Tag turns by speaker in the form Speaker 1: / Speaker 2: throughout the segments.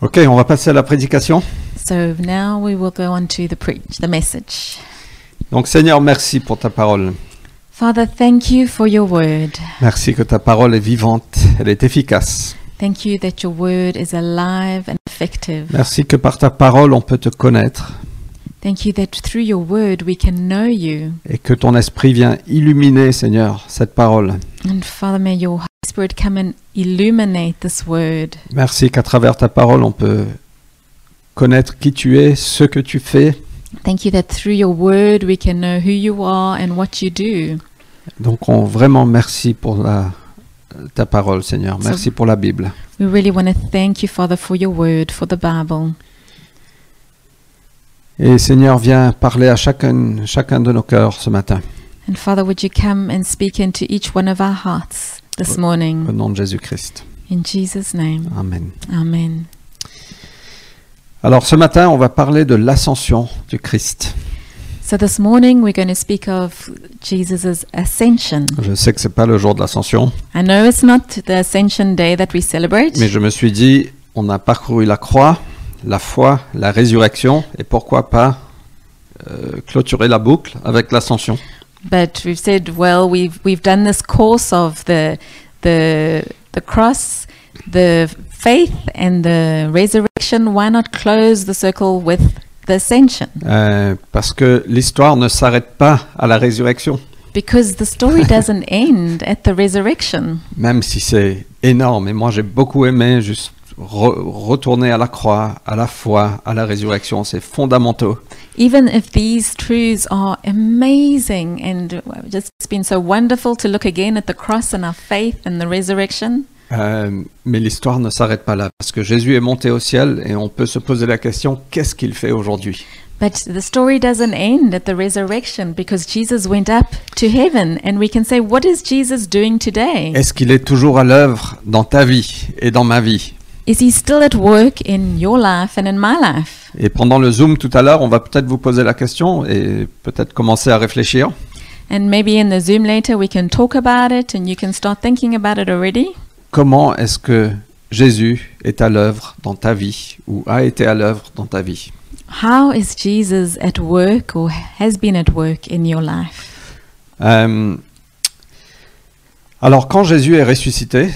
Speaker 1: Ok, on va passer à la prédication.
Speaker 2: So now we will go on to the preach, the message.
Speaker 1: Donc Seigneur, merci pour ta parole.
Speaker 2: Father, thank you for your word.
Speaker 1: Merci que ta parole est vivante, elle est efficace.
Speaker 2: Thank you that your word is alive and effective.
Speaker 1: Merci que par ta parole on peut te connaître
Speaker 2: Thank you that through your word we can know you.
Speaker 1: et que ton esprit vient illuminer, Seigneur, cette parole.
Speaker 2: And Father, may your Holy Spirit come and illuminate this word.
Speaker 1: Merci qu'à travers ta parole on peut connaître qui tu es, ce que tu fais.
Speaker 2: Thank you that through your word we can know who you are and what you do.
Speaker 1: Donc on vraiment merci pour la- ta parole, Seigneur. Merci pour la Bible.
Speaker 2: We really want to thank you, Father, for your word, for the Bible.
Speaker 1: Et Seigneur, viens parler à chacun, chacun de nos cœurs ce matin.
Speaker 2: And Father, would you come and speak into each one of our hearts this
Speaker 1: Au
Speaker 2: morning?
Speaker 1: nom de Jésus-Christ.
Speaker 2: In Jesus' name.
Speaker 1: Amen.
Speaker 2: Amen.
Speaker 1: Alors ce matin, on va parler de l'ascension du Christ.
Speaker 2: So this morning we're going to speak of Jesus' ascension.
Speaker 1: Je sais que c'est pas le jour de l'ascension,
Speaker 2: I know it's not the ascension day that we celebrate,
Speaker 1: mais je me suis dit, on a parcouru la croix, la foi, la résurrection, et pourquoi pas euh, clôturer la boucle avec l'ascension.
Speaker 2: but we've said, well, we've we've done this course of the the the cross, the faith, and the resurrection. Why not close the circle with the ascension?
Speaker 1: Euh, parce que l'histoire ne s'arrête pas à la résurrection,
Speaker 2: Because the story doesn't end at the resurrection.
Speaker 1: même si c'est énorme. Et moi, j'ai beaucoup aimé juste re- retourner à la croix, à la foi, à la résurrection. C'est fondamentaux.
Speaker 2: Even if these truths are amazing and just it's been so wonderful to look again at the cross and our faith and the resurrection,
Speaker 1: Euh, mais l'histoire ne s'arrête pas là, parce que Jésus est monté au ciel et on peut se poser la question, qu'est-ce qu'il fait aujourd'hui
Speaker 2: but the story doesn't end at the resurrection because Jesus went up to heaven and we can say, what is Jesus doing today?
Speaker 1: Est-ce qu'il est toujours à l'œuvre dans ta vie et dans ma vie
Speaker 2: Is he still at work in your life and in my life?
Speaker 1: Et pendant le Zoom tout à l'heure, on va peut-être vous poser la question et peut-être commencer à réfléchir.
Speaker 2: And maybe in the Zoom later we can talk about it and you can start thinking about it already.
Speaker 1: Comment est-ce que Jésus est à l'œuvre dans ta vie ou a été à l'œuvre dans ta vie
Speaker 2: How is Jesus at work or has been at work in your life?
Speaker 1: Euh, Alors quand Jésus est ressuscité,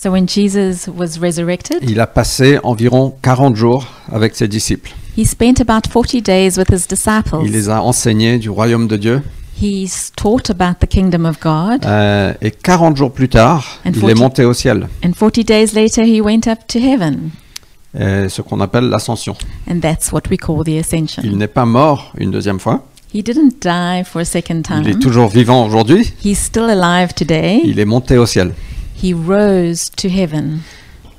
Speaker 2: So when Jesus was resurrected,
Speaker 1: il a passé environ 40 jours avec ses disciples.
Speaker 2: he spent about 40 days with his
Speaker 1: Il
Speaker 2: disciples.
Speaker 1: les a enseignés du royaume de Dieu.
Speaker 2: He's taught about the kingdom of God,
Speaker 1: Euh, et 40 jours plus tard,
Speaker 2: And
Speaker 1: il
Speaker 2: 40
Speaker 1: est monté au ciel,
Speaker 2: and 40 days later he went up to heaven,
Speaker 1: euh, ce qu'on appelle l'ascension.
Speaker 2: and that's what we call the ascension.
Speaker 1: Il n'est pas mort une deuxième fois,
Speaker 2: He didn't die for a second
Speaker 1: il est
Speaker 2: time.
Speaker 1: toujours vivant aujourd'hui,
Speaker 2: He's still alive today.
Speaker 1: il est monté au ciel.
Speaker 2: He rose to heaven.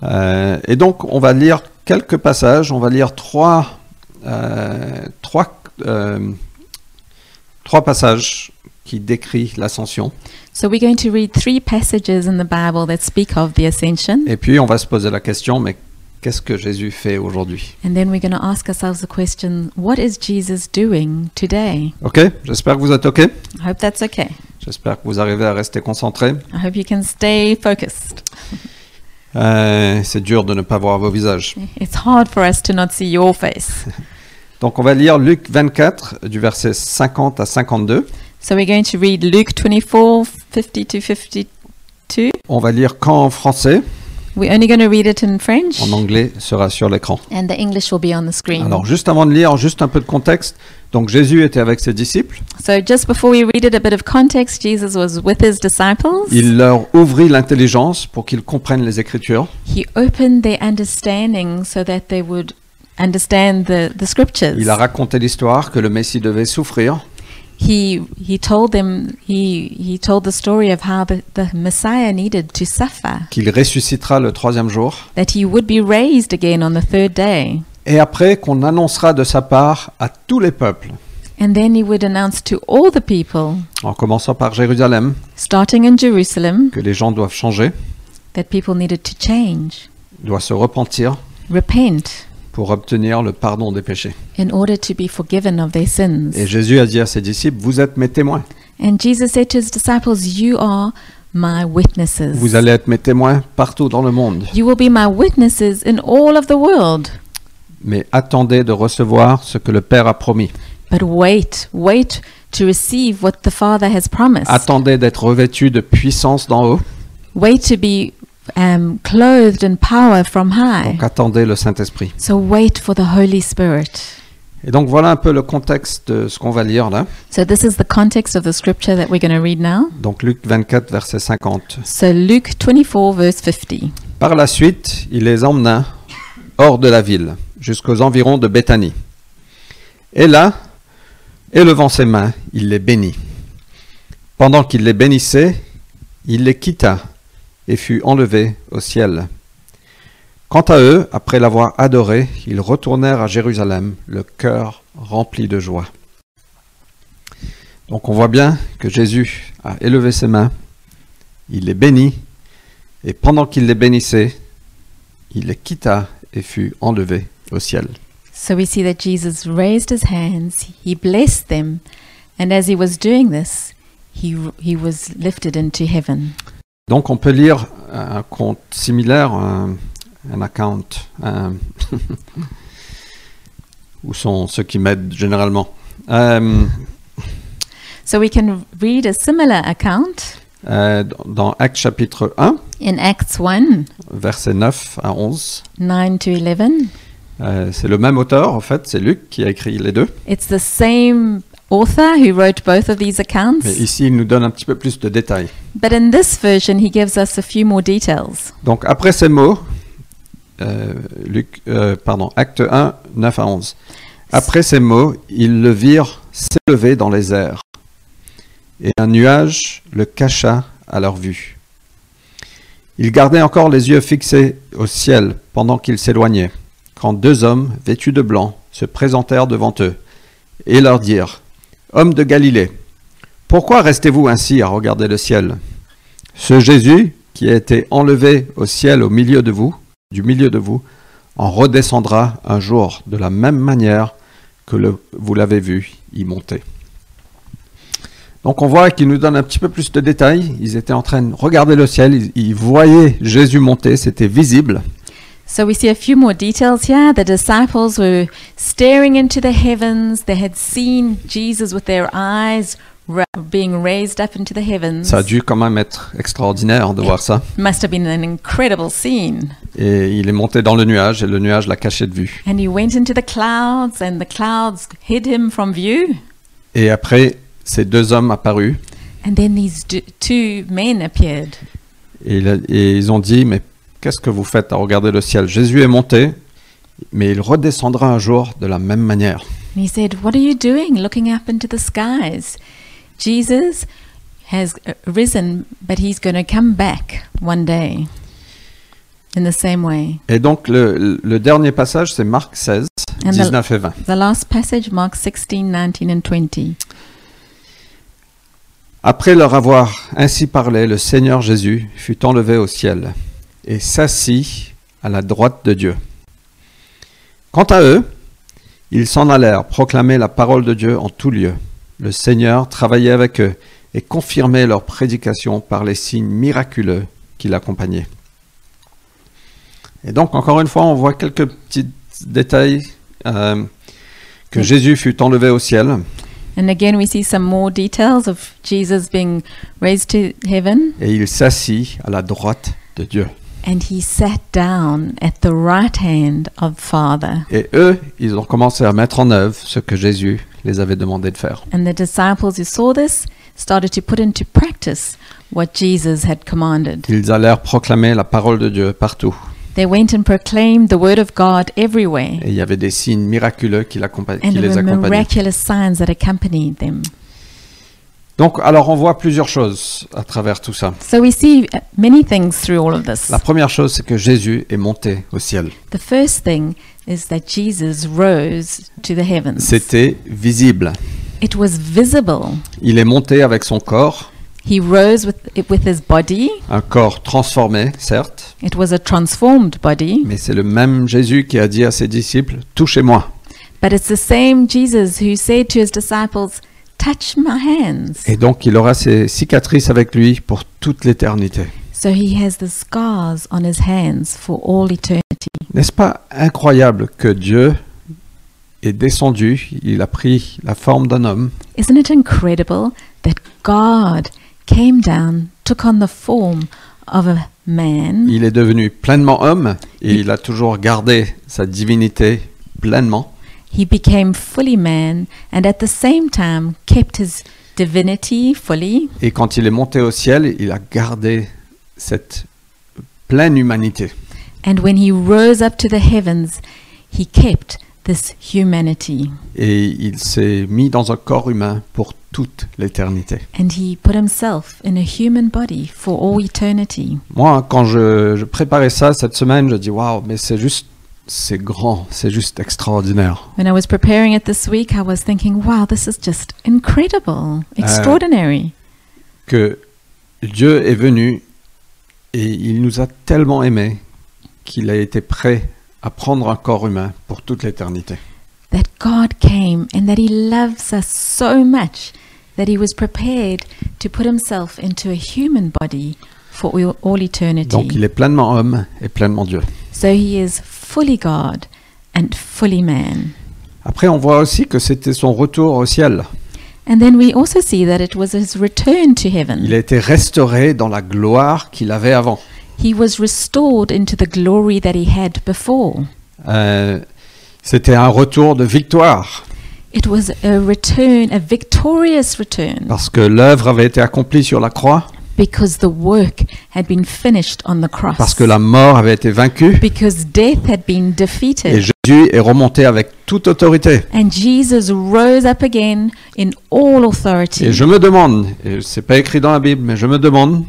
Speaker 1: Euh, et donc on va lire quelques passages, on va lire trois, euh, trois, euh, trois passages qui décrivent l'ascension,
Speaker 2: So we're going to read three passages in the Bible that speak of the ascension,
Speaker 1: et puis on va se poser la question, mais qu'est-ce que Jésus fait aujourd'hui
Speaker 2: and then we're going to ask ourselves the question, what is Jesus doing today?
Speaker 1: Ok J'espère que vous êtes ok
Speaker 2: I hope that's okay.
Speaker 1: J'espère que vous arrivez à rester concentrés.
Speaker 2: I hope you can stay focused.
Speaker 1: Euh, C'est dur de ne pas voir vos visages.
Speaker 2: It's hard for us to not see your face.
Speaker 1: Donc on va lire Luc 24 du verset 50 à 52.
Speaker 2: So we're going to read Luke 24, 50 to 52.
Speaker 1: On va lire quand en français,
Speaker 2: We're only going to read it in French,
Speaker 1: en anglais sera sur l'écran.
Speaker 2: and the English will be on the screen.
Speaker 1: Alors juste avant de lire, juste un peu de contexte. Donc Jésus était avec ses disciples,
Speaker 2: So just before we read it, a bit of context Jesus was with his disciples.
Speaker 1: il leur ouvrit l'intelligence pour qu'ils comprennent les Écritures.
Speaker 2: He opened their understanding so that they would understand the, the scriptures.
Speaker 1: Il a raconté l'histoire que le Messie devait souffrir,
Speaker 2: He, he told them, he, he told the story of how the, the Messiah needed to suffer,
Speaker 1: qu'il ressuscitera le troisième jour,
Speaker 2: that he would be raised again on the third day.
Speaker 1: et après qu'on annoncera de sa part à tous les peuples,
Speaker 2: And then he would announce to all the people,
Speaker 1: en commençant par Jérusalem,
Speaker 2: starting in Jerusalem,
Speaker 1: que les gens doivent changer,
Speaker 2: that people needed to change,
Speaker 1: doivent se repentir
Speaker 2: repent,
Speaker 1: pour obtenir le pardon des péchés.
Speaker 2: in order to be forgiven of their sins.
Speaker 1: Et Jésus a dit à ses disciples, vous êtes mes témoins.
Speaker 2: And Jesus said to his disciples, You are my witnesses.
Speaker 1: Vous allez être mes témoins partout dans le monde.
Speaker 2: You will be my witnesses in all of the world.
Speaker 1: Mais attendez de recevoir ce que le Père a promis.
Speaker 2: But wait, wait to receive what the Father has promised.
Speaker 1: Attendez d'être revêtus de puissance d'en haut.
Speaker 2: Wait to be um, clothed in power from high.
Speaker 1: Donc attendez le Saint-Esprit.
Speaker 2: So wait for the Holy Spirit.
Speaker 1: Et donc voilà un peu le contexte de ce qu'on va lire là.
Speaker 2: So this is the context of the scripture that we're going to read now.
Speaker 1: Donc Luc 24, verset 50.
Speaker 2: So Luke 24 verse 50.
Speaker 1: Par la suite, il les emmena hors de la ville, jusqu'aux environs de Béthanie. Et là, élevant ses mains, il les bénit. Pendant qu'il les bénissait, il les quitta et fut enlevé au ciel. Quant à eux, après l'avoir adoré, ils retournèrent à Jérusalem, le cœur rempli de joie. Donc on voit bien que Jésus a élevé ses mains, il les bénit, et pendant qu'il les bénissait, il les quitta et fut enlevé au ciel.
Speaker 2: So we see that Jesus raised his hands, he blessed them, and as he was doing this, he he was lifted into heaven.
Speaker 1: Donc on peut lire un compte similaire, un, un account, un où sont ceux qui m'aident généralement. Euh,
Speaker 2: So we can read a similar account
Speaker 1: euh, dans Actes chapitre 1,
Speaker 2: in Acts 1
Speaker 1: versets 9 à 11.
Speaker 2: 9 to 11.
Speaker 1: Euh, c'est le même auteur, en fait, c'est Luc qui a écrit les deux.
Speaker 2: It's the same author who wrote both of these
Speaker 1: Mais
Speaker 2: accounts,
Speaker 1: ici, il nous donne un petit peu plus de détails.
Speaker 2: but in this version, he gives us a few more details.
Speaker 1: Donc, après ces mots, euh, Luc, euh, pardon, acte 1, 9 à 11. Après ces mots, ils le virent s'élever dans les airs, et un nuage le cacha à leur vue. Ils gardaient encore les yeux fixés au ciel pendant qu'ils s'éloignaient, quand deux hommes vêtus de blanc se présentèrent devant eux, et leur dirent Hommes de Galilée, pourquoi restez-vous ainsi à regarder le ciel Ce Jésus, qui a été enlevé au ciel au milieu de vous, du milieu de vous, en redescendra un jour de la même manière que le- vous l'avez vu y monter. Donc on voit qu'il nous donne un petit peu plus de détails. Ils étaient en train de regarder le ciel, ils, ils voyaient Jésus monter, c'était visible.
Speaker 2: So we see a few more details here. The disciples were staring into the heavens. They had seen Jesus with their eyes ra- being raised up into the heavens.
Speaker 1: Ça a dû quand même être extraordinaire de voir ça.
Speaker 2: Must have been an incredible scene.
Speaker 1: Et il est monté dans le nuage et le nuage l'a caché de vue.
Speaker 2: And he went into the clouds, and the clouds hid him from view.
Speaker 1: Et après, ces deux hommes apparus
Speaker 2: And then these d- two men appeared.
Speaker 1: Et, il a- et ils ont dit, mais qu'est-ce que vous faites à regarder le ciel Jésus est monté, mais il redescendra un jour de la même manière.
Speaker 2: And he said, What are you doing looking up into the skies? Jesus has uh, risen, but he's going to come back one day in the same way.
Speaker 1: Et donc le, le dernier passage, c'est Marc 16,
Speaker 2: And the-
Speaker 1: 19 et 20.
Speaker 2: The last passage, Mark 16, 19, and 20.
Speaker 1: Après leur avoir ainsi parlé, le Seigneur Jésus fut enlevé au ciel et s'assit à la droite de Dieu. Quant à eux, ils s'en allèrent proclamer la parole de Dieu en tout lieu. Le Seigneur travaillait avec eux et confirmait leur prédication par les signes miraculeux qui l'accompagnaient. Et donc, encore une fois, on voit quelques petits détails euh, que Jésus fut enlevé au ciel
Speaker 2: And again, we see some more details of Jesus being raised to heaven,
Speaker 1: et il s'assit à la droite de Dieu.
Speaker 2: and he sat down at the right hand of Father.
Speaker 1: Et eux, ils ont commencé à mettre en œuvre ce que Jésus les avait demandé de faire.
Speaker 2: And the disciples who saw this started to put into practice what Jesus had commanded.
Speaker 1: Ils allèrent proclamer la parole de Dieu partout.
Speaker 2: They went and proclaimed the word of God everywhere,
Speaker 1: Et il y avait des signes miraculeux qui, l'accompa-
Speaker 2: and
Speaker 1: qui
Speaker 2: there
Speaker 1: les
Speaker 2: were
Speaker 1: accompagnaient.
Speaker 2: miraculous signs that accompanied them.
Speaker 1: Donc, alors, on voit plusieurs choses à travers tout ça.
Speaker 2: So we see uh, many things through all of this.
Speaker 1: La première chose, c'est que Jésus est monté au ciel.
Speaker 2: The first thing is that Jesus rose to the heavens.
Speaker 1: C'était visible.
Speaker 2: It was visible.
Speaker 1: Il est monté avec son corps,
Speaker 2: He rose with, with his body.
Speaker 1: un corps transformé, certes,
Speaker 2: It was a transformed body,
Speaker 1: mais c'est le même Jésus qui a dit à ses disciples, touchez-moi.
Speaker 2: but it's the same Jesus who said to his disciples, touch my hands.
Speaker 1: Et donc il aura ses cicatrices avec lui pour toute l'éternité.
Speaker 2: So he has the scars on his hands for all eternity.
Speaker 1: N'est-ce pas incroyable que Dieu est descendu, il a pris la forme d'un homme
Speaker 2: Isn't it incredible that God came down, took on the form of a man?
Speaker 1: Il est devenu pleinement homme et il a toujours gardé sa divinité pleinement.
Speaker 2: He became fully man and at the same time kept his divinity fully.
Speaker 1: Et quand il est monté au ciel, il a gardé cette pleine humanité.
Speaker 2: And when he rose up to the heavens, he kept this humanity
Speaker 1: Et il s'est mis dans un corps humain pour toute l'éternité.
Speaker 2: and he put himself in a human body for all eternity.
Speaker 1: Moi, quand je, je préparais ça cette semaine, je dis waouh, mais c'est juste, c'est grand, c'est juste extraordinaire.
Speaker 2: When I was preparing it this week, I was thinking, wow, this is just incredible,
Speaker 1: Uh,
Speaker 2: extraordinary.
Speaker 1: Que Dieu est venu et il nous a tellement aimés qu'il a été prêt à prendre un corps humain pour toute l'éternité.
Speaker 2: that God came and that He loves us so much that He was prepared to put Himself into a human body for all- all eternity.
Speaker 1: Donc il est pleinement homme et pleinement Dieu.
Speaker 2: So He is fully God and fully man.
Speaker 1: Après, on voit aussi que c'était son retour au ciel.
Speaker 2: And then we also see that it was His return to
Speaker 1: Il
Speaker 2: heaven.
Speaker 1: a été restauré dans la gloire qu'il avait avant.
Speaker 2: He was restored into the glory that He had before.
Speaker 1: Euh, c'était un retour de victoire
Speaker 2: It was a return, a victorious return,
Speaker 1: parce que l'œuvre avait été accomplie sur la croix,
Speaker 2: because the work had been finished on the cross.
Speaker 1: parce que la mort avait été vaincue
Speaker 2: because death had been defeated.
Speaker 1: et Jésus est remonté avec toute autorité.
Speaker 2: And Jesus rose up again in all authority.
Speaker 1: Et je me demande, et c'est pas écrit dans la Bible, mais je me demande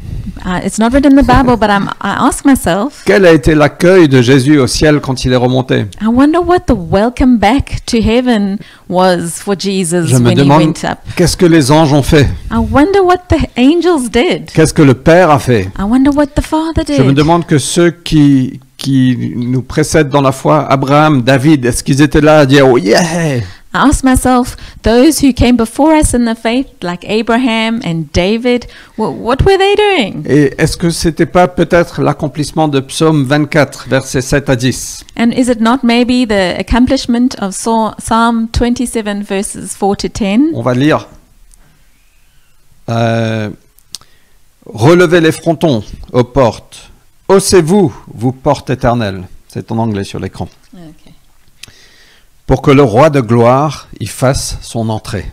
Speaker 2: Uh, it's not written in the Bible, but I'm, I ask myself,
Speaker 1: quel a été l'accueil de Jésus au ciel quand il est remonté.
Speaker 2: I wonder what the welcome back to heaven was for Jesus
Speaker 1: Je me
Speaker 2: when he
Speaker 1: demande
Speaker 2: went up.
Speaker 1: qu'est-ce que les anges ont fait,
Speaker 2: I wonder what the angels did.
Speaker 1: qu'est-ce que le Père a fait.
Speaker 2: I wonder what the Father
Speaker 1: Je me
Speaker 2: did.
Speaker 1: demande que ceux qui, qui nous précèdent dans la foi, Abraham, David, est-ce qu'ils étaient là à dire oh, yeah
Speaker 2: I ask myself, those who came before us in the faith, like Abraham and David, wha- what were they doing?
Speaker 1: Et est-ce que c'était pas peut-être l'accomplissement de Psaume 24, versets 7 à 10
Speaker 2: And is it not maybe the accomplishment of Psa- Psalm 27, verses 4 to 10?
Speaker 1: On va lire. Euh, relevez les frontons aux portes. Haussez-vous, vous portes éternelles. C'est en anglais sur l'écran.
Speaker 2: Okay.
Speaker 1: Pour que le roi de gloire y fasse son entrée.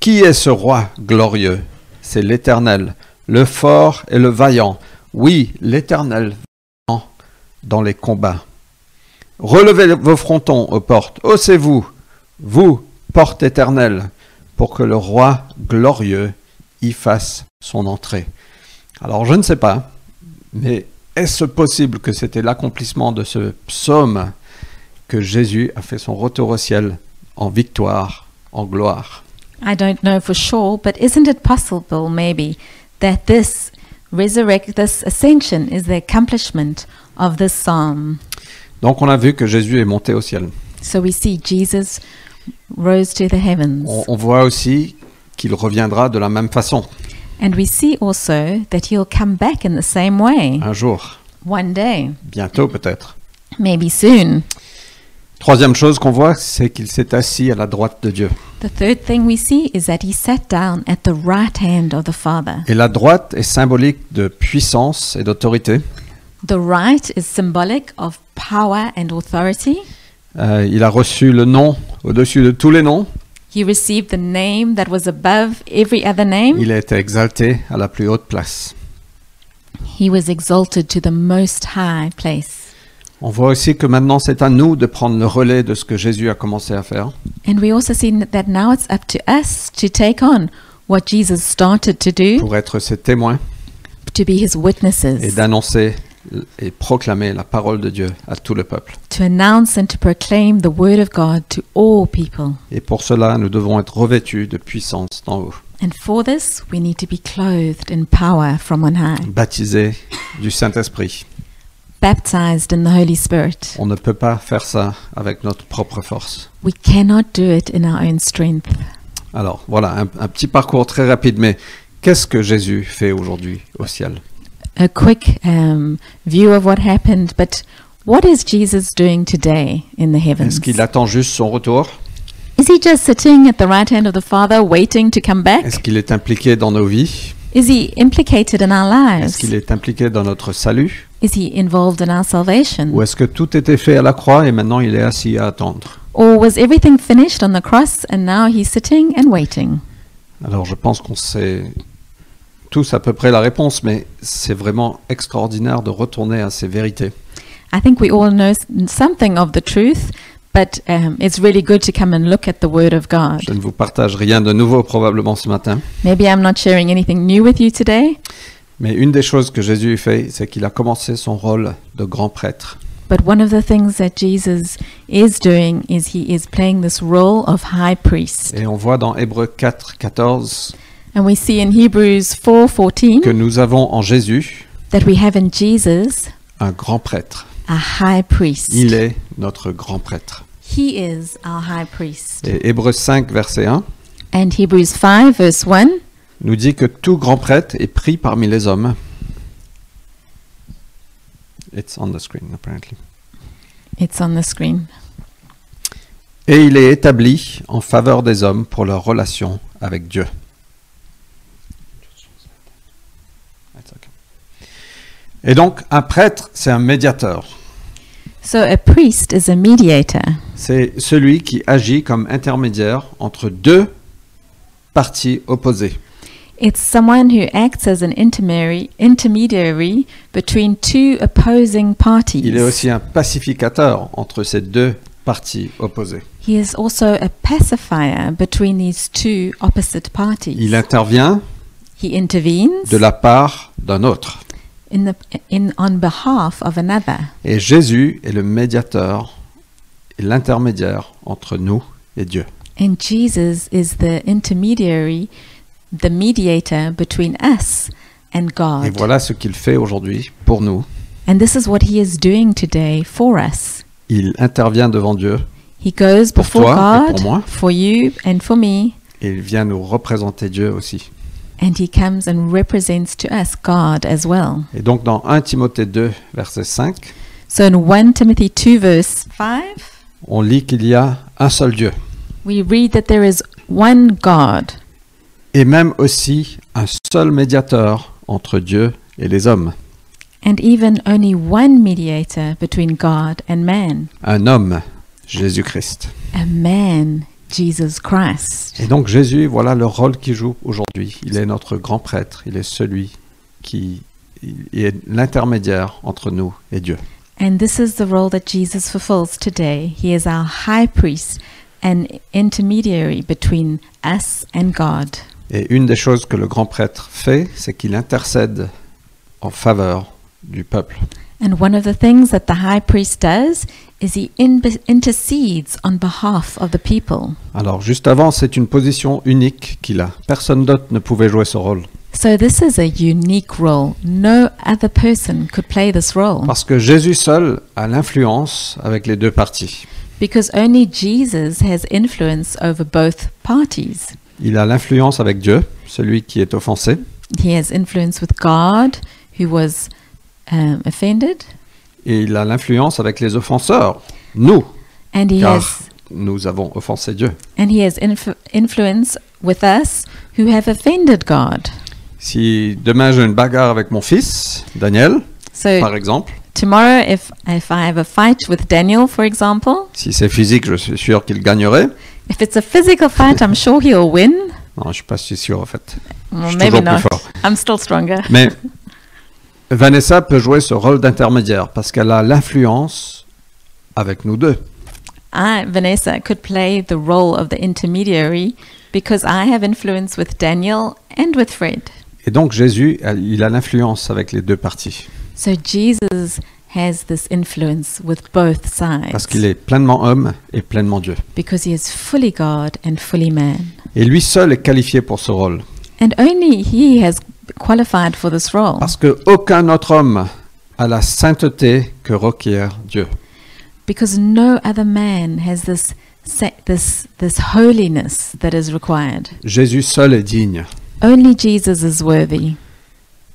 Speaker 1: Qui est ce roi glorieux C'est l'Éternel, le fort et le vaillant. Oui, l'Éternel vaillant dans les combats. Relevez vos frontons aux portes, haussez-vous, vous, porte éternelle, pour que le roi glorieux y fasse son entrée. Alors je ne sais pas, mais est-ce possible que c'était l'accomplissement de ce psaume que Jésus a fait son retour au ciel en victoire, en gloire
Speaker 2: I don't know for sure, but isn't it possible maybe that this resurrect this ascension is the accomplishment of this psalm?
Speaker 1: Donc on a vu que Jésus est monté au ciel.
Speaker 2: So we see Jesus rose to the heavens.
Speaker 1: On, on voit aussi qu'il reviendra de la même façon
Speaker 2: And we see also that he'll come back in the same way
Speaker 1: un jour,
Speaker 2: one day,
Speaker 1: bientôt peut-être.
Speaker 2: maybe soon.
Speaker 1: Troisième chose qu'on voit, c'est qu'il s'est assis à la droite de Dieu.
Speaker 2: The third thing we see is that he sat down at the right hand of the Father.
Speaker 1: Et la droite est symbolique de puissance et d'autorité.
Speaker 2: The right is symbolic of power and authority.
Speaker 1: Euh, il a reçu le nom au-dessus de tous les noms.
Speaker 2: He received the name that was above every other name.
Speaker 1: Il a été exalté à la plus haute place.
Speaker 2: He was exalted to the most high place.
Speaker 1: On voit aussi que maintenant c'est à nous de prendre le relais de ce que Jésus a commencé à faire.
Speaker 2: And we also see n- that now it's up to us to take on what Jesus started to do,
Speaker 1: pour être ses témoins
Speaker 2: to be his
Speaker 1: et
Speaker 2: witnesses,
Speaker 1: d'annoncer et proclamer la parole de Dieu à tout le peuple.
Speaker 2: to announce and to proclaim the word of God to all people.
Speaker 1: Et pour cela, nous devons être revêtus de puissance d'en haut,
Speaker 2: And for this, we need to be clothed in power from on high,
Speaker 1: baptisés du Saint-Esprit.
Speaker 2: baptized in the Holy Spirit.
Speaker 1: On ne peut pas faire ça avec notre propre force.
Speaker 2: We cannot do it in our own strength.
Speaker 1: Alors voilà, un, un petit parcours très rapide, mais qu'est-ce que Jésus fait aujourd'hui au ciel
Speaker 2: a quick um, view of what happened, but what is Jesus doing today in the heavens?
Speaker 1: Est-ce qu'il attend juste son retour
Speaker 2: Is he just sitting at the right hand of the Father waiting to come back?
Speaker 1: Est-ce qu'il est impliqué dans nos vies
Speaker 2: Is he implicated in our
Speaker 1: Est-ce
Speaker 2: lives?
Speaker 1: qu'il est impliqué dans notre salut
Speaker 2: Is he involved in our salvation?
Speaker 1: Ou est-ce que tout était fait à la croix et maintenant il est assis à attendre
Speaker 2: Or was everything finished on the cross and now he's sitting and waiting?
Speaker 1: Alors je pense qu'on sait tous à peu près la réponse, mais c'est vraiment extraordinaire de retourner à ces vérités.
Speaker 2: I think we all know s- something of the truth, but um, it's really good to come and look at the Word of God.
Speaker 1: Je ne vous partage rien de nouveau probablement ce matin,
Speaker 2: Maybe I'm not sharing anything new with you today,
Speaker 1: mais une des choses que Jésus fait, c'est qu'il a commencé son rôle de grand prêtre.
Speaker 2: but one of the things that Jesus is doing is he is playing this role of high priest.
Speaker 1: Et on voit dans Hébreux 4, 14
Speaker 2: And we see in Hebrews 4:14
Speaker 1: que nous avons en Jésus
Speaker 2: that we have in Jesus
Speaker 1: un grand prêtre.
Speaker 2: a high priest.
Speaker 1: Il est notre grand prêtre.
Speaker 2: He is our high priest.
Speaker 1: Et Hébreux 5, verset 1
Speaker 2: And Hebrews 5 verse 1
Speaker 1: nous dit que tout grand prêtre est pris parmi les hommes. It's on the screen, apparently.
Speaker 2: It's on the screen.
Speaker 1: Et il est établi en faveur des hommes pour leur relation avec Dieu. Et donc, un prêtre, c'est un médiateur.
Speaker 2: So a priest is a mediator.
Speaker 1: C'est celui qui agit comme intermédiaire entre deux parties opposées.
Speaker 2: It's someone who acts as an intermediary, intermediary between two opposing parties.
Speaker 1: Il est aussi un pacificateur entre ces deux parties opposées.
Speaker 2: He is also a pacifier between these two opposite parties.
Speaker 1: Il intervient
Speaker 2: he intervenes
Speaker 1: de la part d'un autre.
Speaker 2: in the, in, on behalf of another.
Speaker 1: Et Jésus est le médiateur et l'intermédiaire entre nous et Dieu.
Speaker 2: And Jesus is the intermediary, the mediator between us and God.
Speaker 1: Et voilà ce qu'il fait aujourd'hui pour nous.
Speaker 2: And this is what he is doing today for us.
Speaker 1: Il intervient devant Dieu
Speaker 2: He goes
Speaker 1: Pour
Speaker 2: before
Speaker 1: toi et
Speaker 2: God
Speaker 1: pour moi.
Speaker 2: for you and for me,
Speaker 1: et il vient nous représenter Dieu aussi.
Speaker 2: and he comes and represents to us God as well.
Speaker 1: Et donc dans 1 Timothée 2, verset 5,
Speaker 2: So in 1 Timothy 2, verse 5,
Speaker 1: on lit qu'il y a un seul Dieu
Speaker 2: we read that there is one God
Speaker 1: et même aussi un seul médiateur entre Dieu et les hommes,
Speaker 2: and even only one mediator between God and man,
Speaker 1: un homme, Jésus-Christ.
Speaker 2: a man, Jesus Christ.
Speaker 1: Et donc Jésus, voilà le rôle qu'il joue aujourd'hui. Il est notre grand prêtre, il est celui qui il est l'intermédiaire entre nous et Dieu.
Speaker 2: And this is the role that Jesus fulfills today. He is our high priest, an intermediary between us and God.
Speaker 1: Et une des choses que le grand prêtre fait, c'est qu'il intercède en faveur du peuple.
Speaker 2: And one of the things that the high priest does is he in- intercedes on behalf of the people.
Speaker 1: Alors juste avant, c'est une position unique qu'il a. Personne d'autre ne pouvait jouer ce rôle.
Speaker 2: So this is a unique role. No other person could play this role
Speaker 1: Parce que Jésus seul a l'influence avec les deux parties.
Speaker 2: because only Jesus has influence over both parties.
Speaker 1: Il a l'influence avec Dieu, celui qui est offensé.
Speaker 2: He has influence with God, who was um, offended,
Speaker 1: Et il a l'influence avec les offenseurs, nous,
Speaker 2: and he
Speaker 1: car
Speaker 2: has
Speaker 1: nous avons offensé Dieu.
Speaker 2: and he has inf- influence with us who have offended God.
Speaker 1: Si demain j'ai une bagarre avec mon fils, Daniel,
Speaker 2: So
Speaker 1: par exemple,
Speaker 2: tomorrow, if if I have a fight with Daniel, for example.
Speaker 1: si c'est physique, je suis sûr qu'il gagnerait.
Speaker 2: If it's a physical fight, I'm sure he'll win.
Speaker 1: Non, je suis pas si sûr en fait.
Speaker 2: Well,
Speaker 1: suis
Speaker 2: maybe
Speaker 1: toujours plus
Speaker 2: not.
Speaker 1: fort.
Speaker 2: I'm still stronger.
Speaker 1: Mais Vanessa peut jouer ce rôle d'intermédiaire parce qu'elle a l'influence avec nous deux.
Speaker 2: I, Vanessa, could play the role of the intermediary because I have influence with Daniel and with Fred.
Speaker 1: Et donc Jésus, elle- il a l'influence avec les deux parties
Speaker 2: So Jesus has this influence with both sides
Speaker 1: parce qu'il est pleinement homme et pleinement Dieu.
Speaker 2: because he is fully God and fully man.
Speaker 1: Et lui seul est qualifié pour ce rôle
Speaker 2: And only he has qualified for this role
Speaker 1: parce que aucun autre homme a la sainteté que requiert Dieu.
Speaker 2: because no other man has this sa- this this holiness that is required.
Speaker 1: Jésus seul est digne.
Speaker 2: Only Jesus is worthy.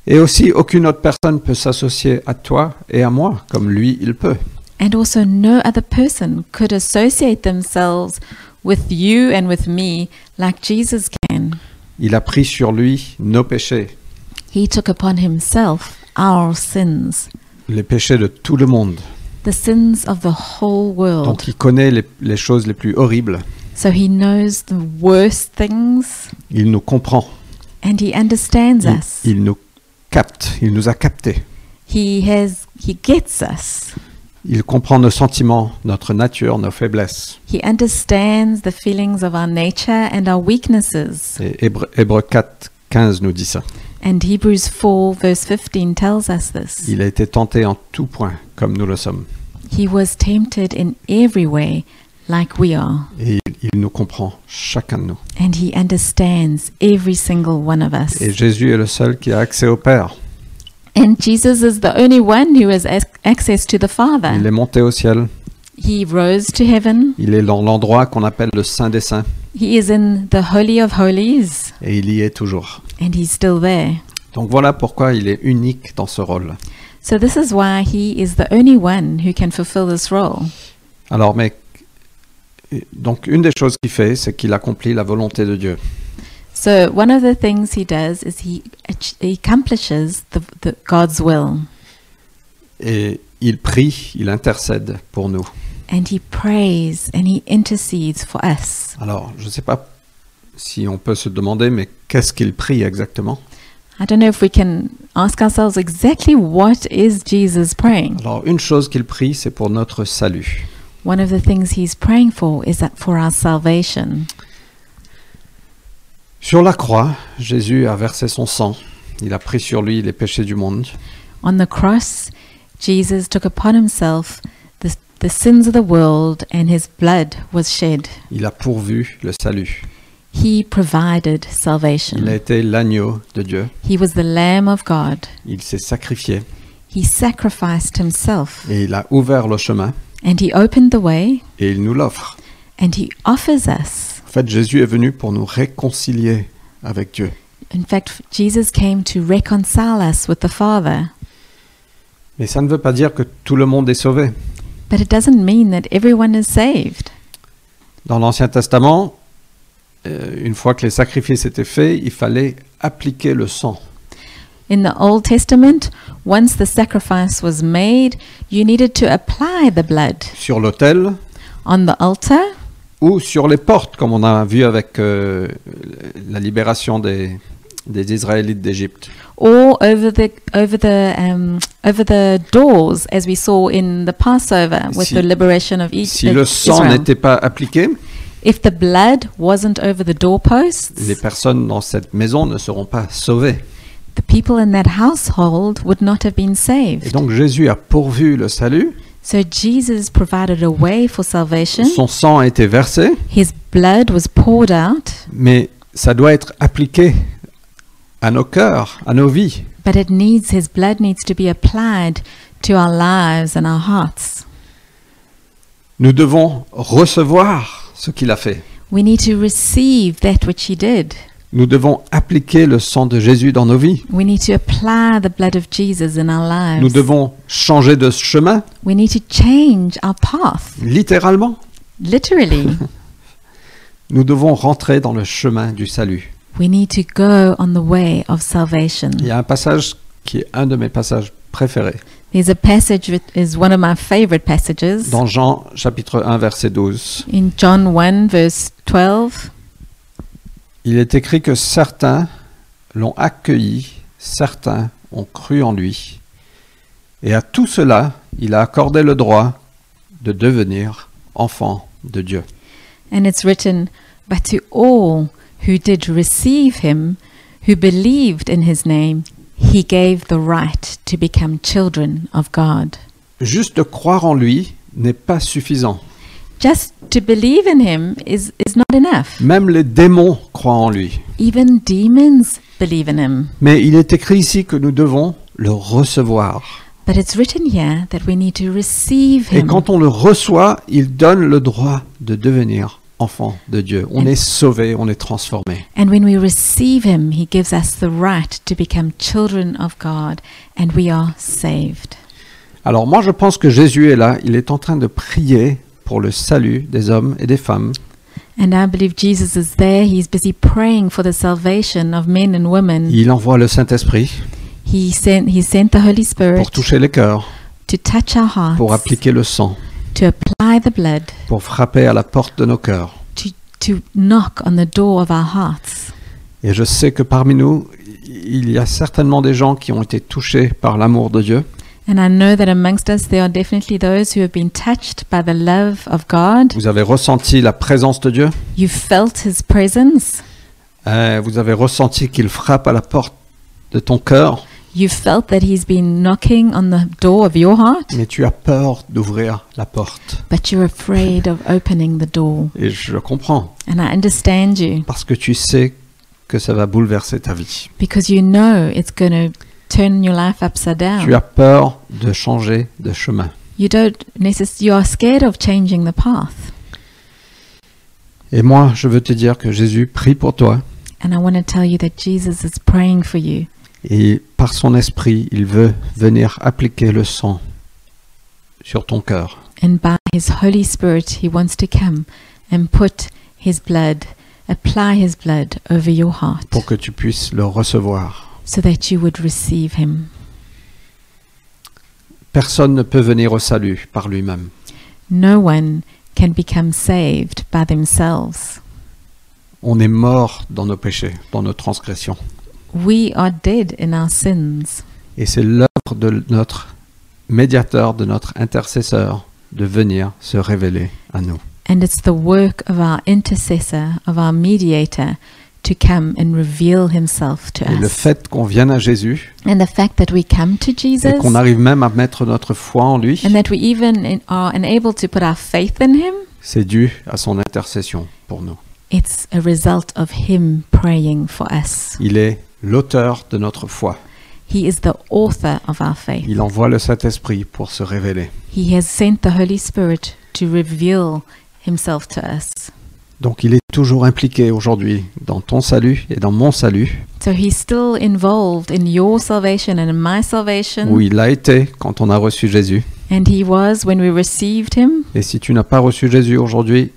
Speaker 1: Et aussi, aucune autre personne peut s'associer à toi et à moi, comme lui, il peut.
Speaker 2: And also, no other person could associate themselves with you and with me like Jesus can.
Speaker 1: Il a pris sur lui nos péchés,
Speaker 2: He took upon himself our sins,
Speaker 1: les péchés de tout le monde.
Speaker 2: the sins of the whole world.
Speaker 1: Donc il connaît les, les choses les plus horribles.
Speaker 2: So he knows the worst things
Speaker 1: Il nous comprend.
Speaker 2: and he understands
Speaker 1: Il,
Speaker 2: us.
Speaker 1: il nous capte. Il nous a captés.
Speaker 2: He has he gets us.
Speaker 1: Il comprend nos sentiments, notre nature, nos faiblesses.
Speaker 2: He understands the feelings of our nature and our weaknesses.
Speaker 1: Et Hébreux, Hébreux 4, 15 nous dit ça.
Speaker 2: And Hebrews 4 verse 15 tells us this.
Speaker 1: Il a été tenté en tout point, comme nous le sommes.
Speaker 2: He was tempted in every way like we are,
Speaker 1: Et il, il nous comprend, chacun de nous.
Speaker 2: and he understands every single one of us.
Speaker 1: Et Jésus est le seul qui a accès au Père.
Speaker 2: And Jesus is the only one who has ac- access to the
Speaker 1: Il
Speaker 2: Father.
Speaker 1: est monté au ciel.
Speaker 2: He rose to heaven.
Speaker 1: Il est dans l'endroit qu'on appelle le Saint des Saints.
Speaker 2: He is in the holy of holies,
Speaker 1: Et il y est toujours.
Speaker 2: and he's still there.
Speaker 1: Donc voilà pourquoi il est unique dans ce rôle.
Speaker 2: So this is why he is the only one who can fulfill this role.
Speaker 1: Alors, mais. Donc, une des choses qu'il fait, c'est qu'il accomplit la volonté de Dieu.
Speaker 2: So one of the things he does is he, ach- he accomplishes the, the God's will,
Speaker 1: Et il prie, il intercède pour nous.
Speaker 2: and he prays and he intercedes for us.
Speaker 1: Alors, je ne sais pas si on peut se demander, mais qu'est-ce qu'il prie exactement
Speaker 2: I don't know if we can ask ourselves exactly what is Jesus praying.
Speaker 1: Alors, une chose qu'il prie, c'est pour notre salut.
Speaker 2: One of the things he's praying for is that for our salvation.
Speaker 1: Sur la croix, Jésus a versé son sang. Il a pris sur lui les péchés du monde.
Speaker 2: On the cross, Jesus took upon himself the, the sins of the world and his blood was shed.
Speaker 1: Il a pourvu le salut.
Speaker 2: He provided
Speaker 1: Il a
Speaker 2: salvation.
Speaker 1: été l'agneau de Dieu.
Speaker 2: He was the Lamb of God.
Speaker 1: Il s'est sacrifié
Speaker 2: He sacrificed himself
Speaker 1: et il a ouvert le chemin
Speaker 2: and he opened the way
Speaker 1: et il nous l'offre.
Speaker 2: and he offers us.
Speaker 1: En fait, Jésus est venu pour nous réconcilier avec Dieu.
Speaker 2: In fact, Jesus came to reconcile us with the Father.
Speaker 1: Mais ça ne veut pas dire que tout le monde est sauvé.
Speaker 2: But it doesn't mean that everyone is saved.
Speaker 1: Dans l'Ancien Testament, euh, une fois que les sacrifices étaient faits, il fallait appliquer le sang.
Speaker 2: In the Old Testament, once the sacrifice was made, you needed to apply the blood
Speaker 1: Sur l'autel
Speaker 2: on the altar
Speaker 1: ou sur les portes, comme on a vu avec euh, la libération des, des Israélites d'Égypte.
Speaker 2: or over the over the um, over the doors, as we saw in the Passover with
Speaker 1: Si-
Speaker 2: the liberation of Egypt.
Speaker 1: Si le sang n'était pas appliqué,
Speaker 2: If the blood wasn't over the doorposts,
Speaker 1: les personnes dans cette maison ne seront pas sauvées.
Speaker 2: the people in that household would not have been
Speaker 1: Et
Speaker 2: saved.
Speaker 1: donc Jésus a pourvu le salut,
Speaker 2: So Jesus provided a way for salvation.
Speaker 1: son sang a été versé,
Speaker 2: His blood was poured out,
Speaker 1: mais ça doit être appliqué à nos cœurs, à nos vies.
Speaker 2: but it needs his blood needs to be applied to our lives and our hearts.
Speaker 1: Nous devons recevoir ce qu'il a fait.
Speaker 2: We need to receive that which he did.
Speaker 1: Nous devons appliquer le sang de Jésus dans nos vies.
Speaker 2: We need to apply the blood of Jesus in our lives.
Speaker 1: Nous devons changer de chemin,
Speaker 2: We need to change our path,
Speaker 1: littéralement.
Speaker 2: literally.
Speaker 1: Nous devons rentrer dans le chemin du salut.
Speaker 2: we need to go on the way of salvation.
Speaker 1: Il y a un passage qui est un de mes passages préférés,
Speaker 2: There's a passage that is one of my favorite passages
Speaker 1: dans Jean chapitre 1 verset 12.
Speaker 2: in John 1, verse 12.
Speaker 1: Il est écrit que certains l'ont accueilli, certains ont cru en lui. Et à tout cela, il a accordé le droit de devenir enfant de Dieu.
Speaker 2: And it's written, But to all who did receive him, who believed in his name, he gave the right to become children of God.
Speaker 1: Juste de croire en lui n'est pas suffisant.
Speaker 2: Just to believe in him is, is not enough.
Speaker 1: Même les démons croient en lui.
Speaker 2: Even demons believe in him.
Speaker 1: Mais il est écrit ici que nous devons le recevoir.
Speaker 2: But it's written here that we need to receive
Speaker 1: Et
Speaker 2: him.
Speaker 1: quand on le reçoit, il donne le droit de devenir enfant de Dieu. On est sauvé, on est transformé.
Speaker 2: And when we receive him, he gives us the right to become children of God and we are saved.
Speaker 1: Alors moi je pense que Jésus est là, il est en train de prier pour le salut des hommes et des femmes.
Speaker 2: And I believe Jesus is there. He's busy praying for the salvation of men and women.
Speaker 1: Il envoie le Saint-Esprit
Speaker 2: He sent he sent the Holy
Speaker 1: pour
Speaker 2: Spirit
Speaker 1: toucher les cœurs,
Speaker 2: to touch our hearts,
Speaker 1: pour appliquer le sang,
Speaker 2: to apply the blood,
Speaker 1: pour frapper à la porte de nos cœurs.
Speaker 2: to to knock on the door of our hearts.
Speaker 1: Et je sais que parmi nous, il y a certainement des gens qui ont été touchés par l'amour de Dieu.
Speaker 2: And I know that amongst us there are definitely those who have been touched by the love of God.
Speaker 1: Vous avez ressenti la présence de Dieu.
Speaker 2: You felt his presence.
Speaker 1: Euh, vous avez ressenti qu'il frappe à la porte de ton cœur,
Speaker 2: You felt that he's been knocking on the door of your heart,
Speaker 1: mais tu as peur d'ouvrir la porte.
Speaker 2: but you're afraid of opening the door.
Speaker 1: Et je comprends,
Speaker 2: And I understand you
Speaker 1: parce que tu sais que ça va bouleverser ta vie.
Speaker 2: because you know it's going to turn your life upside down.
Speaker 1: Tu as peur de changer de chemin.
Speaker 2: You don't necess- you are scared of changing the path.
Speaker 1: Et moi, je veux te dire que Jésus prie pour toi
Speaker 2: And I want to tell you that Jesus is praying for you.
Speaker 1: et par son esprit, il veut venir appliquer le sang sur ton cœur.
Speaker 2: And by his Holy Spirit, he wants to come and put his blood, apply his blood over your heart
Speaker 1: pour que tu puisses le recevoir.
Speaker 2: so that you would receive him.
Speaker 1: Personne ne peut venir au salut par lui-même.
Speaker 2: No one can become saved by themselves.
Speaker 1: On est mort dans nos péchés, dans nos transgressions.
Speaker 2: We are dead in our sins.
Speaker 1: Et c'est l'œuvre de notre médiateur, de notre intercesseur, de venir se révéler à nous.
Speaker 2: And it's the work of our intercessor, of our mediator, to come and reveal himself to
Speaker 1: Et le
Speaker 2: us.
Speaker 1: fait qu'on vienne à Jésus
Speaker 2: And the fact that we come to
Speaker 1: et
Speaker 2: Jesus
Speaker 1: qu'on arrive même à mettre notre foi en lui,
Speaker 2: and that we even in- are enabled to put our faith in him,
Speaker 1: c'est dû à son intercession pour nous.
Speaker 2: it's a result of him praying for us.
Speaker 1: Il est l'auteur de notre foi.
Speaker 2: He is the author of our faith.
Speaker 1: Il envoie le Saint-Esprit pour se révéler.
Speaker 2: He has sent the Holy Spirit to reveal himself to us.
Speaker 1: Donc il est toujours impliqué aujourd'hui dans ton salut et dans mon salut.
Speaker 2: So he's still involved in your salvation and in my salvation.
Speaker 1: où il a été quand on a reçu Jésus.
Speaker 2: And he was when we received him.
Speaker 1: Et si tu n'as pas reçu Jésus aujourd'hui,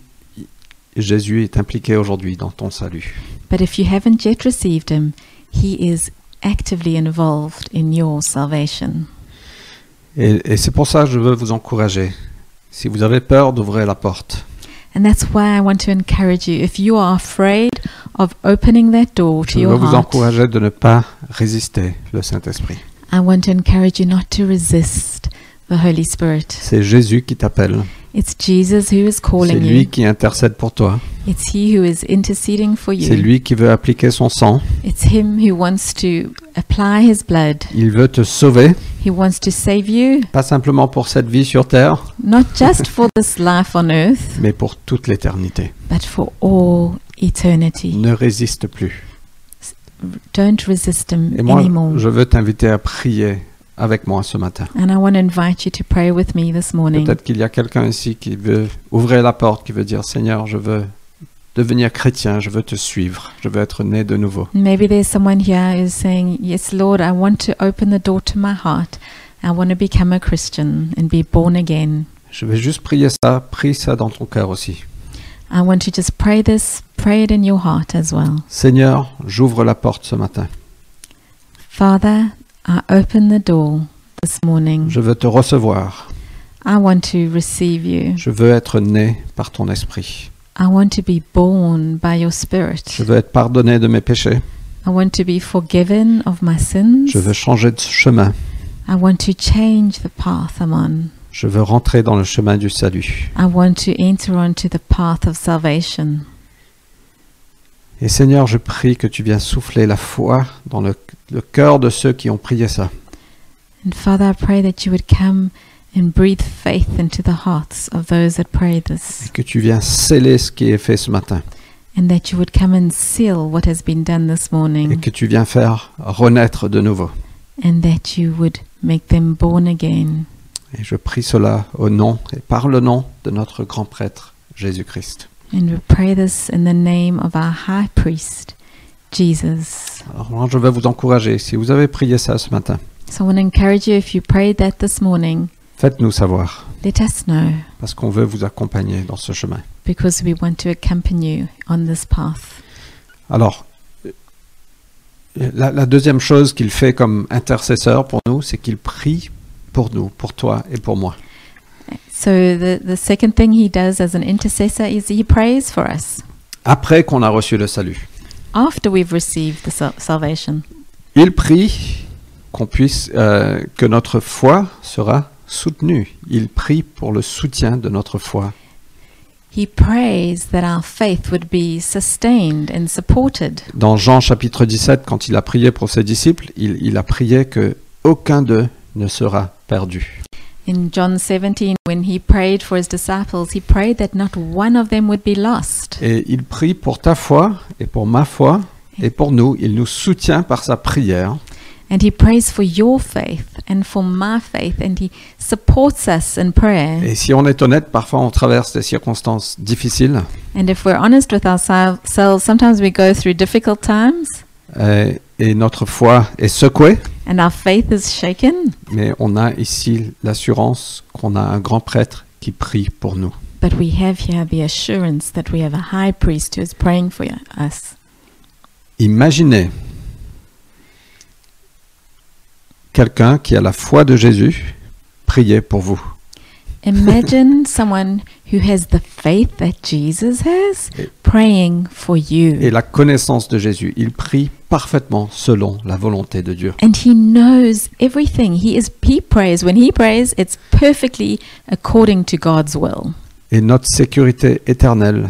Speaker 1: Jésus est impliqué aujourd'hui dans ton salut.
Speaker 2: But if you haven't yet received him, he is actively involved in your salvation.
Speaker 1: Et, et c'est pour ça que je veux vous encourager. Si vous avez peur d'ouvrir la porte,
Speaker 2: And that's why I want to encourage you. If you are afraid of opening that door
Speaker 1: je
Speaker 2: to
Speaker 1: veux
Speaker 2: your
Speaker 1: vous
Speaker 2: heart,
Speaker 1: encourager de ne pas résister le Saint-Esprit.
Speaker 2: I want to encourage you not to resist the Holy Spirit.
Speaker 1: C'est Jésus qui t'appelle.
Speaker 2: It's Jesus who is
Speaker 1: C'est
Speaker 2: calling
Speaker 1: lui
Speaker 2: you.
Speaker 1: qui intercède pour toi.
Speaker 2: It's he who is interceding for
Speaker 1: C'est
Speaker 2: you.
Speaker 1: lui qui veut appliquer son sang.
Speaker 2: It's him who wants to apply his blood.
Speaker 1: Il veut te sauver,
Speaker 2: He wants to save you,
Speaker 1: pas simplement pour cette vie sur terre,
Speaker 2: not just for this life on earth,
Speaker 1: mais pour toute l'éternité.
Speaker 2: but for all eternity.
Speaker 1: Ne résiste plus.
Speaker 2: Don't resist him
Speaker 1: Et moi,
Speaker 2: anymore.
Speaker 1: je veux t'inviter à prier avec moi ce matin.
Speaker 2: And I want to invite you to pray with me this morning.
Speaker 1: Peut-être qu'il y a quelqu'un ici qui veut ouvrir la porte, qui veut dire Seigneur, je veux devenir chrétien, je veux te suivre, je veux être né de nouveau.
Speaker 2: Maybe there's someone here who's saying, Yes, Lord, I want to open the door to my heart. I want to become a Christian and be born again.
Speaker 1: Je vais juste prier ça, prie ça dans ton cœur aussi.
Speaker 2: I want to just pray this, pray it in your heart as well.
Speaker 1: Seigneur, j'ouvre la porte ce matin.
Speaker 2: Father, I open the door this morning.
Speaker 1: Je veux te recevoir.
Speaker 2: I want to receive you.
Speaker 1: Je veux être né par ton esprit.
Speaker 2: I want to be born by your Spirit.
Speaker 1: Je veux être pardonné de mes péchés.
Speaker 2: I want to be forgiven of my sins.
Speaker 1: Je veux changer de chemin.
Speaker 2: I want to change the path I'm on.
Speaker 1: Je veux rentrer dans le chemin du salut.
Speaker 2: I want to enter onto the path of salvation.
Speaker 1: Et Seigneur, je prie que tu viennes souffler la foi dans le- le cœur de ceux qui ont prié ça.
Speaker 2: And Father, I pray that you would come and breathe faith into the hearts of those that pray
Speaker 1: et
Speaker 2: this,
Speaker 1: que tu viens sceller ce qui est fait ce matin
Speaker 2: and that you would come and seal what has been done this
Speaker 1: et
Speaker 2: morning,
Speaker 1: que tu viens faire renaître de nouveau.
Speaker 2: and that you would make them born again.
Speaker 1: Et je prie cela au nom et par le nom de notre grand prêtre Jésus-Christ.
Speaker 2: And we pray this in the name of our high priest, Jesus.
Speaker 1: Alors moi, je vais vous encourager, si vous avez prié ça ce matin,
Speaker 2: So I want to encourage you if you prayed that this morning,
Speaker 1: faites-nous savoir,
Speaker 2: let us know
Speaker 1: parce qu'on veut vous accompagner dans ce chemin.
Speaker 2: because we want to accompany you on this path.
Speaker 1: Alors, euh, la, la deuxième chose qu'il fait comme intercesseur pour nous, c'est qu'il prie pour nous, pour toi et pour moi.
Speaker 2: So the, the second thing he does as an intercessor is he prays for us
Speaker 1: Après qu'on a reçu le salut,
Speaker 2: after we've received the sal- salvation.
Speaker 1: il prie qu'on puisse, euh, que notre foi sera soutenue. Il prie pour le soutien de notre foi.
Speaker 2: He prays that our faith would be sustained and supported.
Speaker 1: Dans Jean chapitre 17, quand il a prié pour ses disciples, il, il a prié que aucun d'eux ne sera perdu.
Speaker 2: In John 17, when he prayed for his disciples, he prayed that not one of them would be lost.
Speaker 1: Et il prie pour ta foi et pour ma foi et pour nous. Il nous soutient par sa prière.
Speaker 2: And he prays for your faith and for my faith, and he supports us in prayer.
Speaker 1: Et si on est honnête, parfois on traverse des circonstances difficiles.
Speaker 2: And if we're honest with ourselves, sometimes we go through difficult times
Speaker 1: euh, et notre foi est secouée,
Speaker 2: and our faith is shaken,
Speaker 1: mais on a ici l'assurance qu'on a un grand prêtre qui prie pour nous.
Speaker 2: but we have here the assurance that we have a high priest who is praying for us.
Speaker 1: Imaginez quelqu'un qui a la foi de Jésus prier pour vous.
Speaker 2: Imagine someone who has the faith that Jesus has
Speaker 1: Et-
Speaker 2: praying for you.
Speaker 1: Et la connaissance de Jésus, il prie parfaitement selon la volonté de Dieu.
Speaker 2: and he knows everything he is he prays when he prays it's perfectly according to god's will
Speaker 1: Et notre sécurité éternelle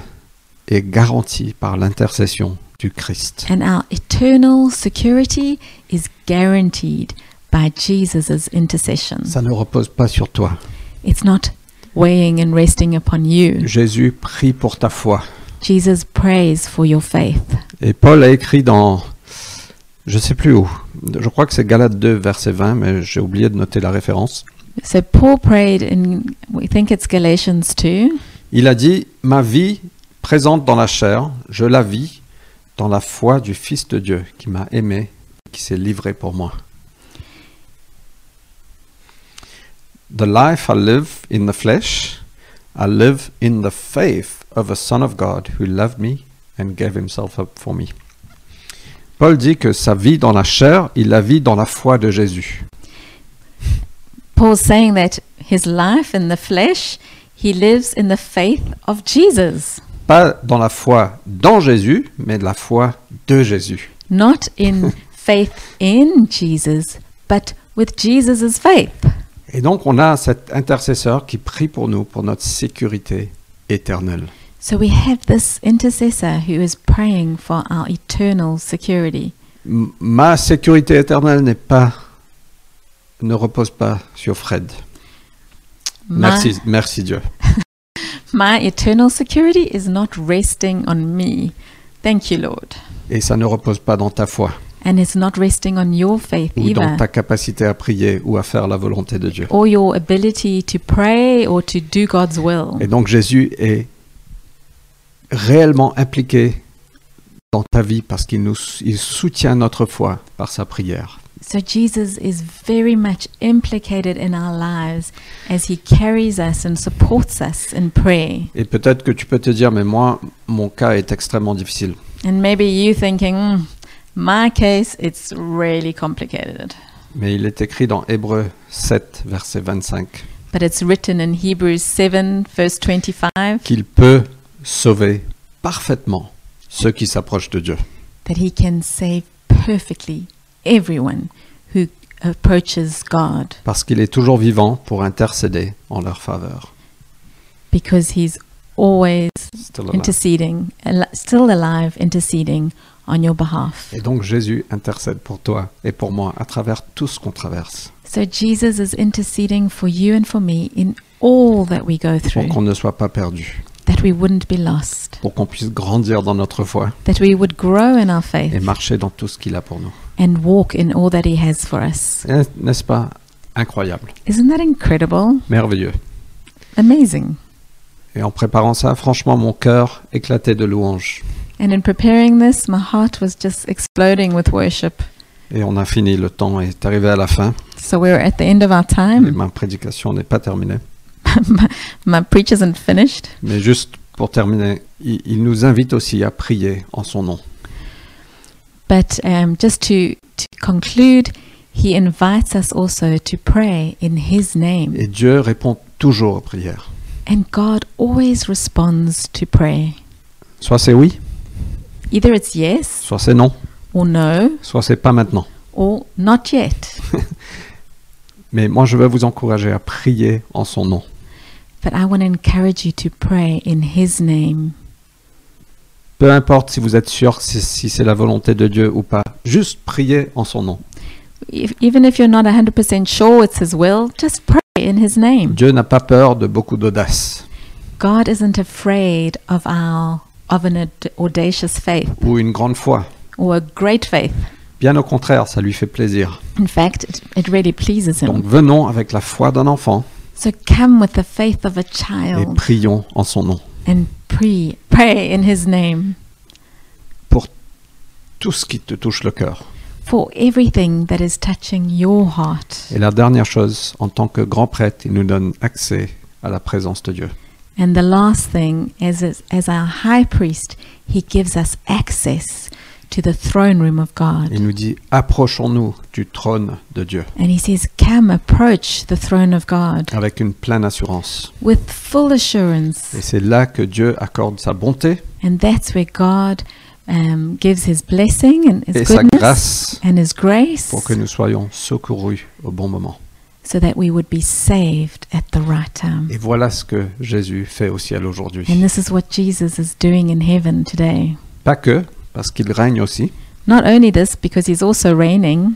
Speaker 1: est garantie par l'intercession du Christ.
Speaker 2: and our eternal security is guaranteed by jesus' intercession
Speaker 1: Ça ne repose pas sur toi.
Speaker 2: it's not weighing and resting upon you
Speaker 1: Jésus prie pour ta foi.
Speaker 2: jesus prays for your faith
Speaker 1: Et Paul a écrit dans, je sais plus où, je crois que c'est Galates 2, verset 20, mais j'ai oublié de noter la référence.
Speaker 2: so paul prayed in we think it's galatians 2
Speaker 1: Il a dit, ma vie présente dans la chair, je la vis dans la foi du Fils de Dieu qui m'a aimé, qui s'est livré pour moi. The life I live in the flesh, I live in the faith of a Son of God who loved me and gave himself up for me. Paul dit que sa vie dans la chair, il la vit dans la foi de Jésus.
Speaker 2: paul's saying that his life in the flesh he lives in the faith of jesus
Speaker 1: Pas dans la foi dans Jésus, mais la foi de Jésus.
Speaker 2: not in faith in Jesus, but with Jesus' faith.
Speaker 1: Et donc on a cet intercesseur qui prie pour nous, pour notre sécurité éternelle.
Speaker 2: So we have this intercessor who is praying for our eternal security.
Speaker 1: M- ma sécurité éternelle n'est pas, ne repose pas sur Fred. Merci, merci Dieu.
Speaker 2: My, my eternal security is not resting on me. Thank you, Lord.
Speaker 1: Et ça ne repose pas dans ta foi
Speaker 2: And it's not resting on your faith
Speaker 1: ou dans
Speaker 2: either,
Speaker 1: ta capacité à prier ou à faire la volonté de Dieu.
Speaker 2: or your ability to pray or to do God's will.
Speaker 1: Et donc Jésus est réellement impliqué dans ta vie parce qu'il nous, il soutient notre foi par sa prière.
Speaker 2: So Jesus is very much implicated in our lives as he carries us and supports us in prayer.
Speaker 1: Et peut-être que tu peux te dire, mais moi, mon cas est extrêmement difficile.
Speaker 2: And maybe you thinking, "Mm, my case, it's really complicated.
Speaker 1: Mais il est écrit dans Hébreu 7, verset 25,
Speaker 2: But it's written in Hebrews 7, verse 25,
Speaker 1: qu'il peut sauver parfaitement ceux qui s'approchent de Dieu.
Speaker 2: that he can save perfectly everyone who approaches God
Speaker 1: Parce qu'il est toujours vivant pour intercéder en leur faveur.
Speaker 2: because he's always
Speaker 1: Still alive.
Speaker 2: interceding, al- still alive, interceding on your behalf.
Speaker 1: Et donc Jésus intercède pour toi et pour moi à travers tout ce qu'on traverse,
Speaker 2: So Jesus is interceding for you and for me in all that we go
Speaker 1: pour
Speaker 2: through,
Speaker 1: qu'on ne soit pas perdu,
Speaker 2: that we wouldn't be lost,
Speaker 1: pour qu'on puisse grandir dans notre foi
Speaker 2: that we would grow in our faith.
Speaker 1: et marcher dans tout ce qu'il a pour nous.
Speaker 2: and walk in all that He has for us.
Speaker 1: N'est- N'est-ce pas incroyable,
Speaker 2: Isn't that incredible?
Speaker 1: merveilleux
Speaker 2: Amazing.
Speaker 1: Et en préparant ça, franchement, mon cœur éclatait de louanges.
Speaker 2: And in preparing this, my heart was just exploding with worship.
Speaker 1: Et on a fini, le temps est arrivé à la fin,
Speaker 2: So we're at the end of our
Speaker 1: et
Speaker 2: time.
Speaker 1: ma prédication n'est pas terminée.
Speaker 2: My preach isn't finished.
Speaker 1: Mais juste pour terminer, il, il nous invite aussi à prier en son nom.
Speaker 2: But um, just to, to conclude, he invites us also to pray in his name.
Speaker 1: Et Dieu répond toujours aux prières.
Speaker 2: And God always responds to prayer.
Speaker 1: Soit c'est oui,
Speaker 2: Either it's yes
Speaker 1: soit c'est non,
Speaker 2: or no
Speaker 1: soit c'est pas maintenant.
Speaker 2: or not yet.
Speaker 1: Mais moi, je veux vous encourager à prier en son nom.
Speaker 2: But I want to encourage you to pray in his name.
Speaker 1: Peu importe si vous êtes sûr si, si c'est la volonté de Dieu ou pas, juste prier en son nom.
Speaker 2: If, even if you're not 100% sure it's his will, just pray in his name.
Speaker 1: Dieu n'a pas peur de beaucoup d'audace
Speaker 2: God isn't afraid of our of an aud- audacious faith
Speaker 1: ou une grande foi.
Speaker 2: or a great faith.
Speaker 1: Bien au contraire, ça lui fait plaisir.
Speaker 2: In fact, it, it really pleases him.
Speaker 1: Donc venons avec la foi d'un enfant
Speaker 2: So come with the faith of a
Speaker 1: et
Speaker 2: child
Speaker 1: prions en son nom.
Speaker 2: and pray, pray in His name
Speaker 1: Tout ce qui te touche le cœur.
Speaker 2: for everything that is touching your heart.
Speaker 1: Et la dernière chose, en tant que grand prêtre, il nous donne accès à la présence de Dieu.
Speaker 2: And the last thing, as is, as our High Priest, He gives us access to the throne room of God,
Speaker 1: Il nous dit approchons-nous du trône de Dieu
Speaker 2: and He says, "Come, approach the throne of God
Speaker 1: avec une pleine assurance.
Speaker 2: with full assurance."
Speaker 1: Et c'est là que Dieu accorde sa bonté
Speaker 2: And that's where God um, gives His blessing and His
Speaker 1: et sa
Speaker 2: goodness
Speaker 1: grâce
Speaker 2: and His grace,
Speaker 1: pour que nous soyons secourus au bon moment.
Speaker 2: so that we would be saved at the right time.
Speaker 1: Et voilà ce que Jésus fait au ciel aujourd'hui.
Speaker 2: And this is what Jesus is doing in heaven today.
Speaker 1: Pas que, parce qu'il règne aussi,
Speaker 2: Not only this, because he's also reigning,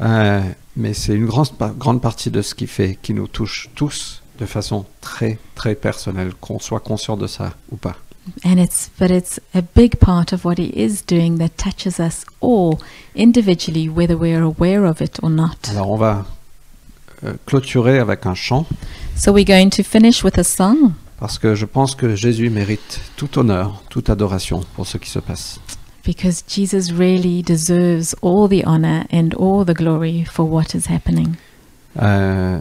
Speaker 1: euh, mais c'est une grande, pa- grande partie de ce qu'il fait qui nous touche tous de façon très très personnelle, qu'on soit conscient de ça ou pas.
Speaker 2: and it's but it's a big part of what he is doing that touches us all individually, whether we're aware of it or not.
Speaker 1: Alors on va euh, clôturer avec un chant
Speaker 2: So we're going to finish with a song
Speaker 1: parce que je pense que Jésus mérite tout honneur, toute adoration pour ce qui se passe.
Speaker 2: because Jesus really deserves all the honor and all the glory for what is happening.
Speaker 1: Euh,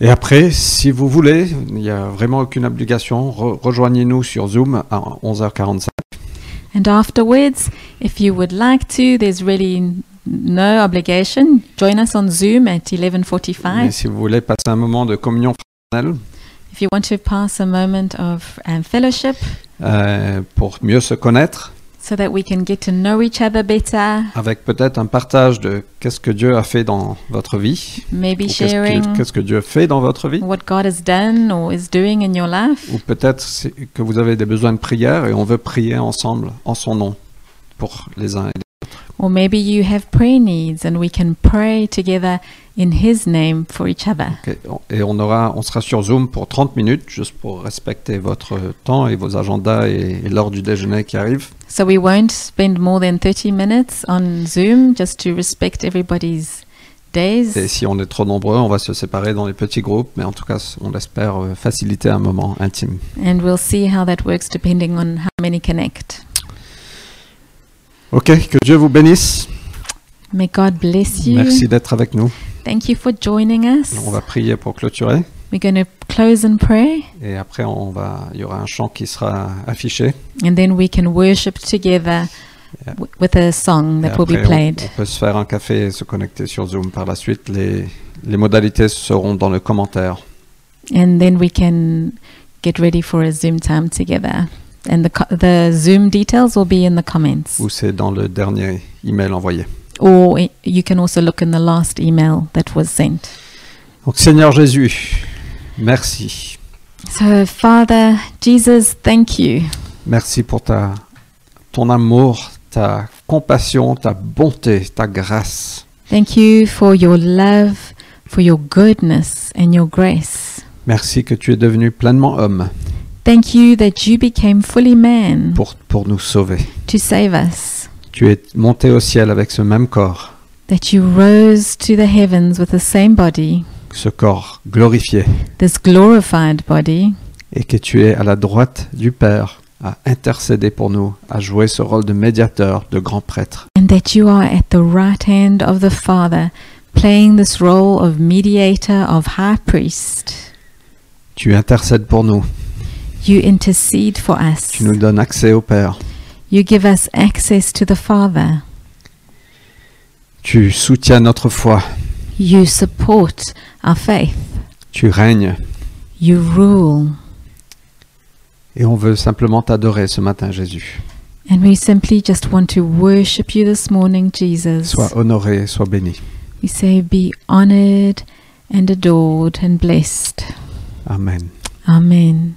Speaker 1: et après, si vous voulez, il n'y a vraiment aucune obligation, re- rejoignez-nous sur Zoom à 11h45.
Speaker 2: And afterwards, if you would like to, there's really n- no obligation. Join us on Zoom at
Speaker 1: Mais
Speaker 2: 11:45.
Speaker 1: si vous voulez passer un moment de communion fraternelle
Speaker 2: If you want to pass a moment of um, fellowship
Speaker 1: euh, pour mieux se connaître,
Speaker 2: so that we can get to know each other better,
Speaker 1: avec peut-être un partage de qu'est-ce que Dieu a fait dans votre vie,
Speaker 2: maybe
Speaker 1: ou qu'est-ce
Speaker 2: sharing
Speaker 1: qu'il- qu'est-ce que Dieu fait dans votre vie,
Speaker 2: what God has done or is doing in your life,
Speaker 1: ou peut-être c'est que vous avez des besoins de prière et on veut prier ensemble en son nom pour les uns et les
Speaker 2: or maybe you have prayer needs and we can pray together in His name for each other.
Speaker 1: Ok, on- Et on, aura, on sera sur Zoom pour 30 minutes, juste pour respecter votre temps et vos agendas et, et l'heure du déjeuner qui arrive.
Speaker 2: So we won't spend more than 30 minutes on Zoom just to respect everybody's days.
Speaker 1: Et si on est trop nombreux, on va se séparer dans les petits groupes, mais en tout cas, on espère euh, faciliter un moment intime.
Speaker 2: And we'll see how that works depending on how many connect.
Speaker 1: Ok, que Dieu vous bénisse.
Speaker 2: May God bless you.
Speaker 1: Merci d'être avec nous.
Speaker 2: Thank you for joining us.
Speaker 1: On va prier pour clôturer.
Speaker 2: We're going to close in prayer
Speaker 1: Et après, on va, il y aura un chant qui sera affiché.
Speaker 2: and then we can worship together
Speaker 1: Yeah.
Speaker 2: w- with a song
Speaker 1: Et
Speaker 2: that will be
Speaker 1: après, on-
Speaker 2: played.
Speaker 1: on, peut se faire un café et se connecter sur Zoom par la suite. Les, les modalités seront dans le commentaire.
Speaker 2: And then we can get ready for a Zoom time together. And the, co- the Zoom details will be in the comments.
Speaker 1: ou c'est dans le dernier email envoyé.
Speaker 2: Or i- you can also look in the last email that was sent.
Speaker 1: Donc Seigneur Jésus, merci.
Speaker 2: So, Father Jesus, thank you.
Speaker 1: Merci pour ta, ton amour, ta compassion, ta bonté, ta grâce.
Speaker 2: Thank you for your love, for your goodness and your grace.
Speaker 1: Merci que tu es devenu pleinement homme
Speaker 2: Thank you that you became fully man
Speaker 1: pour, pour nous sauver.
Speaker 2: to save us.
Speaker 1: Tu es monté au ciel avec ce même corps,
Speaker 2: that you rose to the heavens with the same body,
Speaker 1: ce corps glorifié,
Speaker 2: this glorified body,
Speaker 1: et que tu es à la droite du Père à intercéder pour nous, à jouer ce rôle de médiateur, de grand prêtre.
Speaker 2: and that you are at the right hand of the Father, playing this role of mediator, of high priest.
Speaker 1: Tu intercèdes pour nous,
Speaker 2: You intercede for us.
Speaker 1: tu nous donnes accès au Père,
Speaker 2: You give us access to the Father.
Speaker 1: tu soutiens notre foi,
Speaker 2: You support our faith.
Speaker 1: tu règnes,
Speaker 2: You rule.
Speaker 1: et on veut simplement t'adorer ce matin, Jésus.
Speaker 2: And we simply just want to worship you this morning, Jesus.
Speaker 1: Sois honoré, sois béni.
Speaker 2: We say, be honored and adored and blessed.
Speaker 1: Amen.
Speaker 2: Amen.